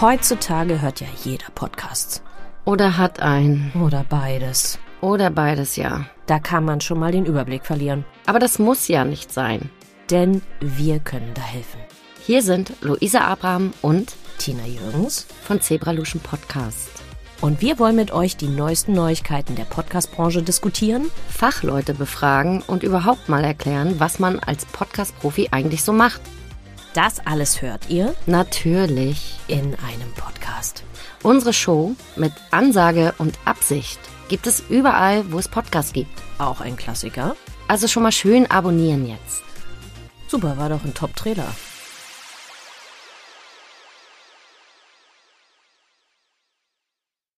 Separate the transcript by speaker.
Speaker 1: Heutzutage hört ja jeder Podcasts.
Speaker 2: Oder hat einen.
Speaker 1: Oder beides.
Speaker 2: Oder beides, ja.
Speaker 1: Da kann man schon mal den Überblick verlieren.
Speaker 2: Aber das muss ja nicht sein.
Speaker 1: Denn wir können da helfen.
Speaker 2: Hier sind Luisa Abraham und
Speaker 1: Tina Jürgens
Speaker 2: von Zebraluschen Podcast.
Speaker 1: Und wir wollen mit euch die neuesten Neuigkeiten der Podcast-Branche diskutieren.
Speaker 2: Fachleute befragen und überhaupt mal erklären, was man als Podcast-Profi eigentlich so macht.
Speaker 1: Das alles hört ihr
Speaker 2: Natürlich.
Speaker 1: in einem Podcast.
Speaker 2: Unsere Show mit Ansage und Absicht gibt es überall, wo es Podcasts gibt.
Speaker 1: Auch ein Klassiker.
Speaker 2: Also schon mal schön abonnieren jetzt.
Speaker 1: Super, war doch ein Top-Trailer.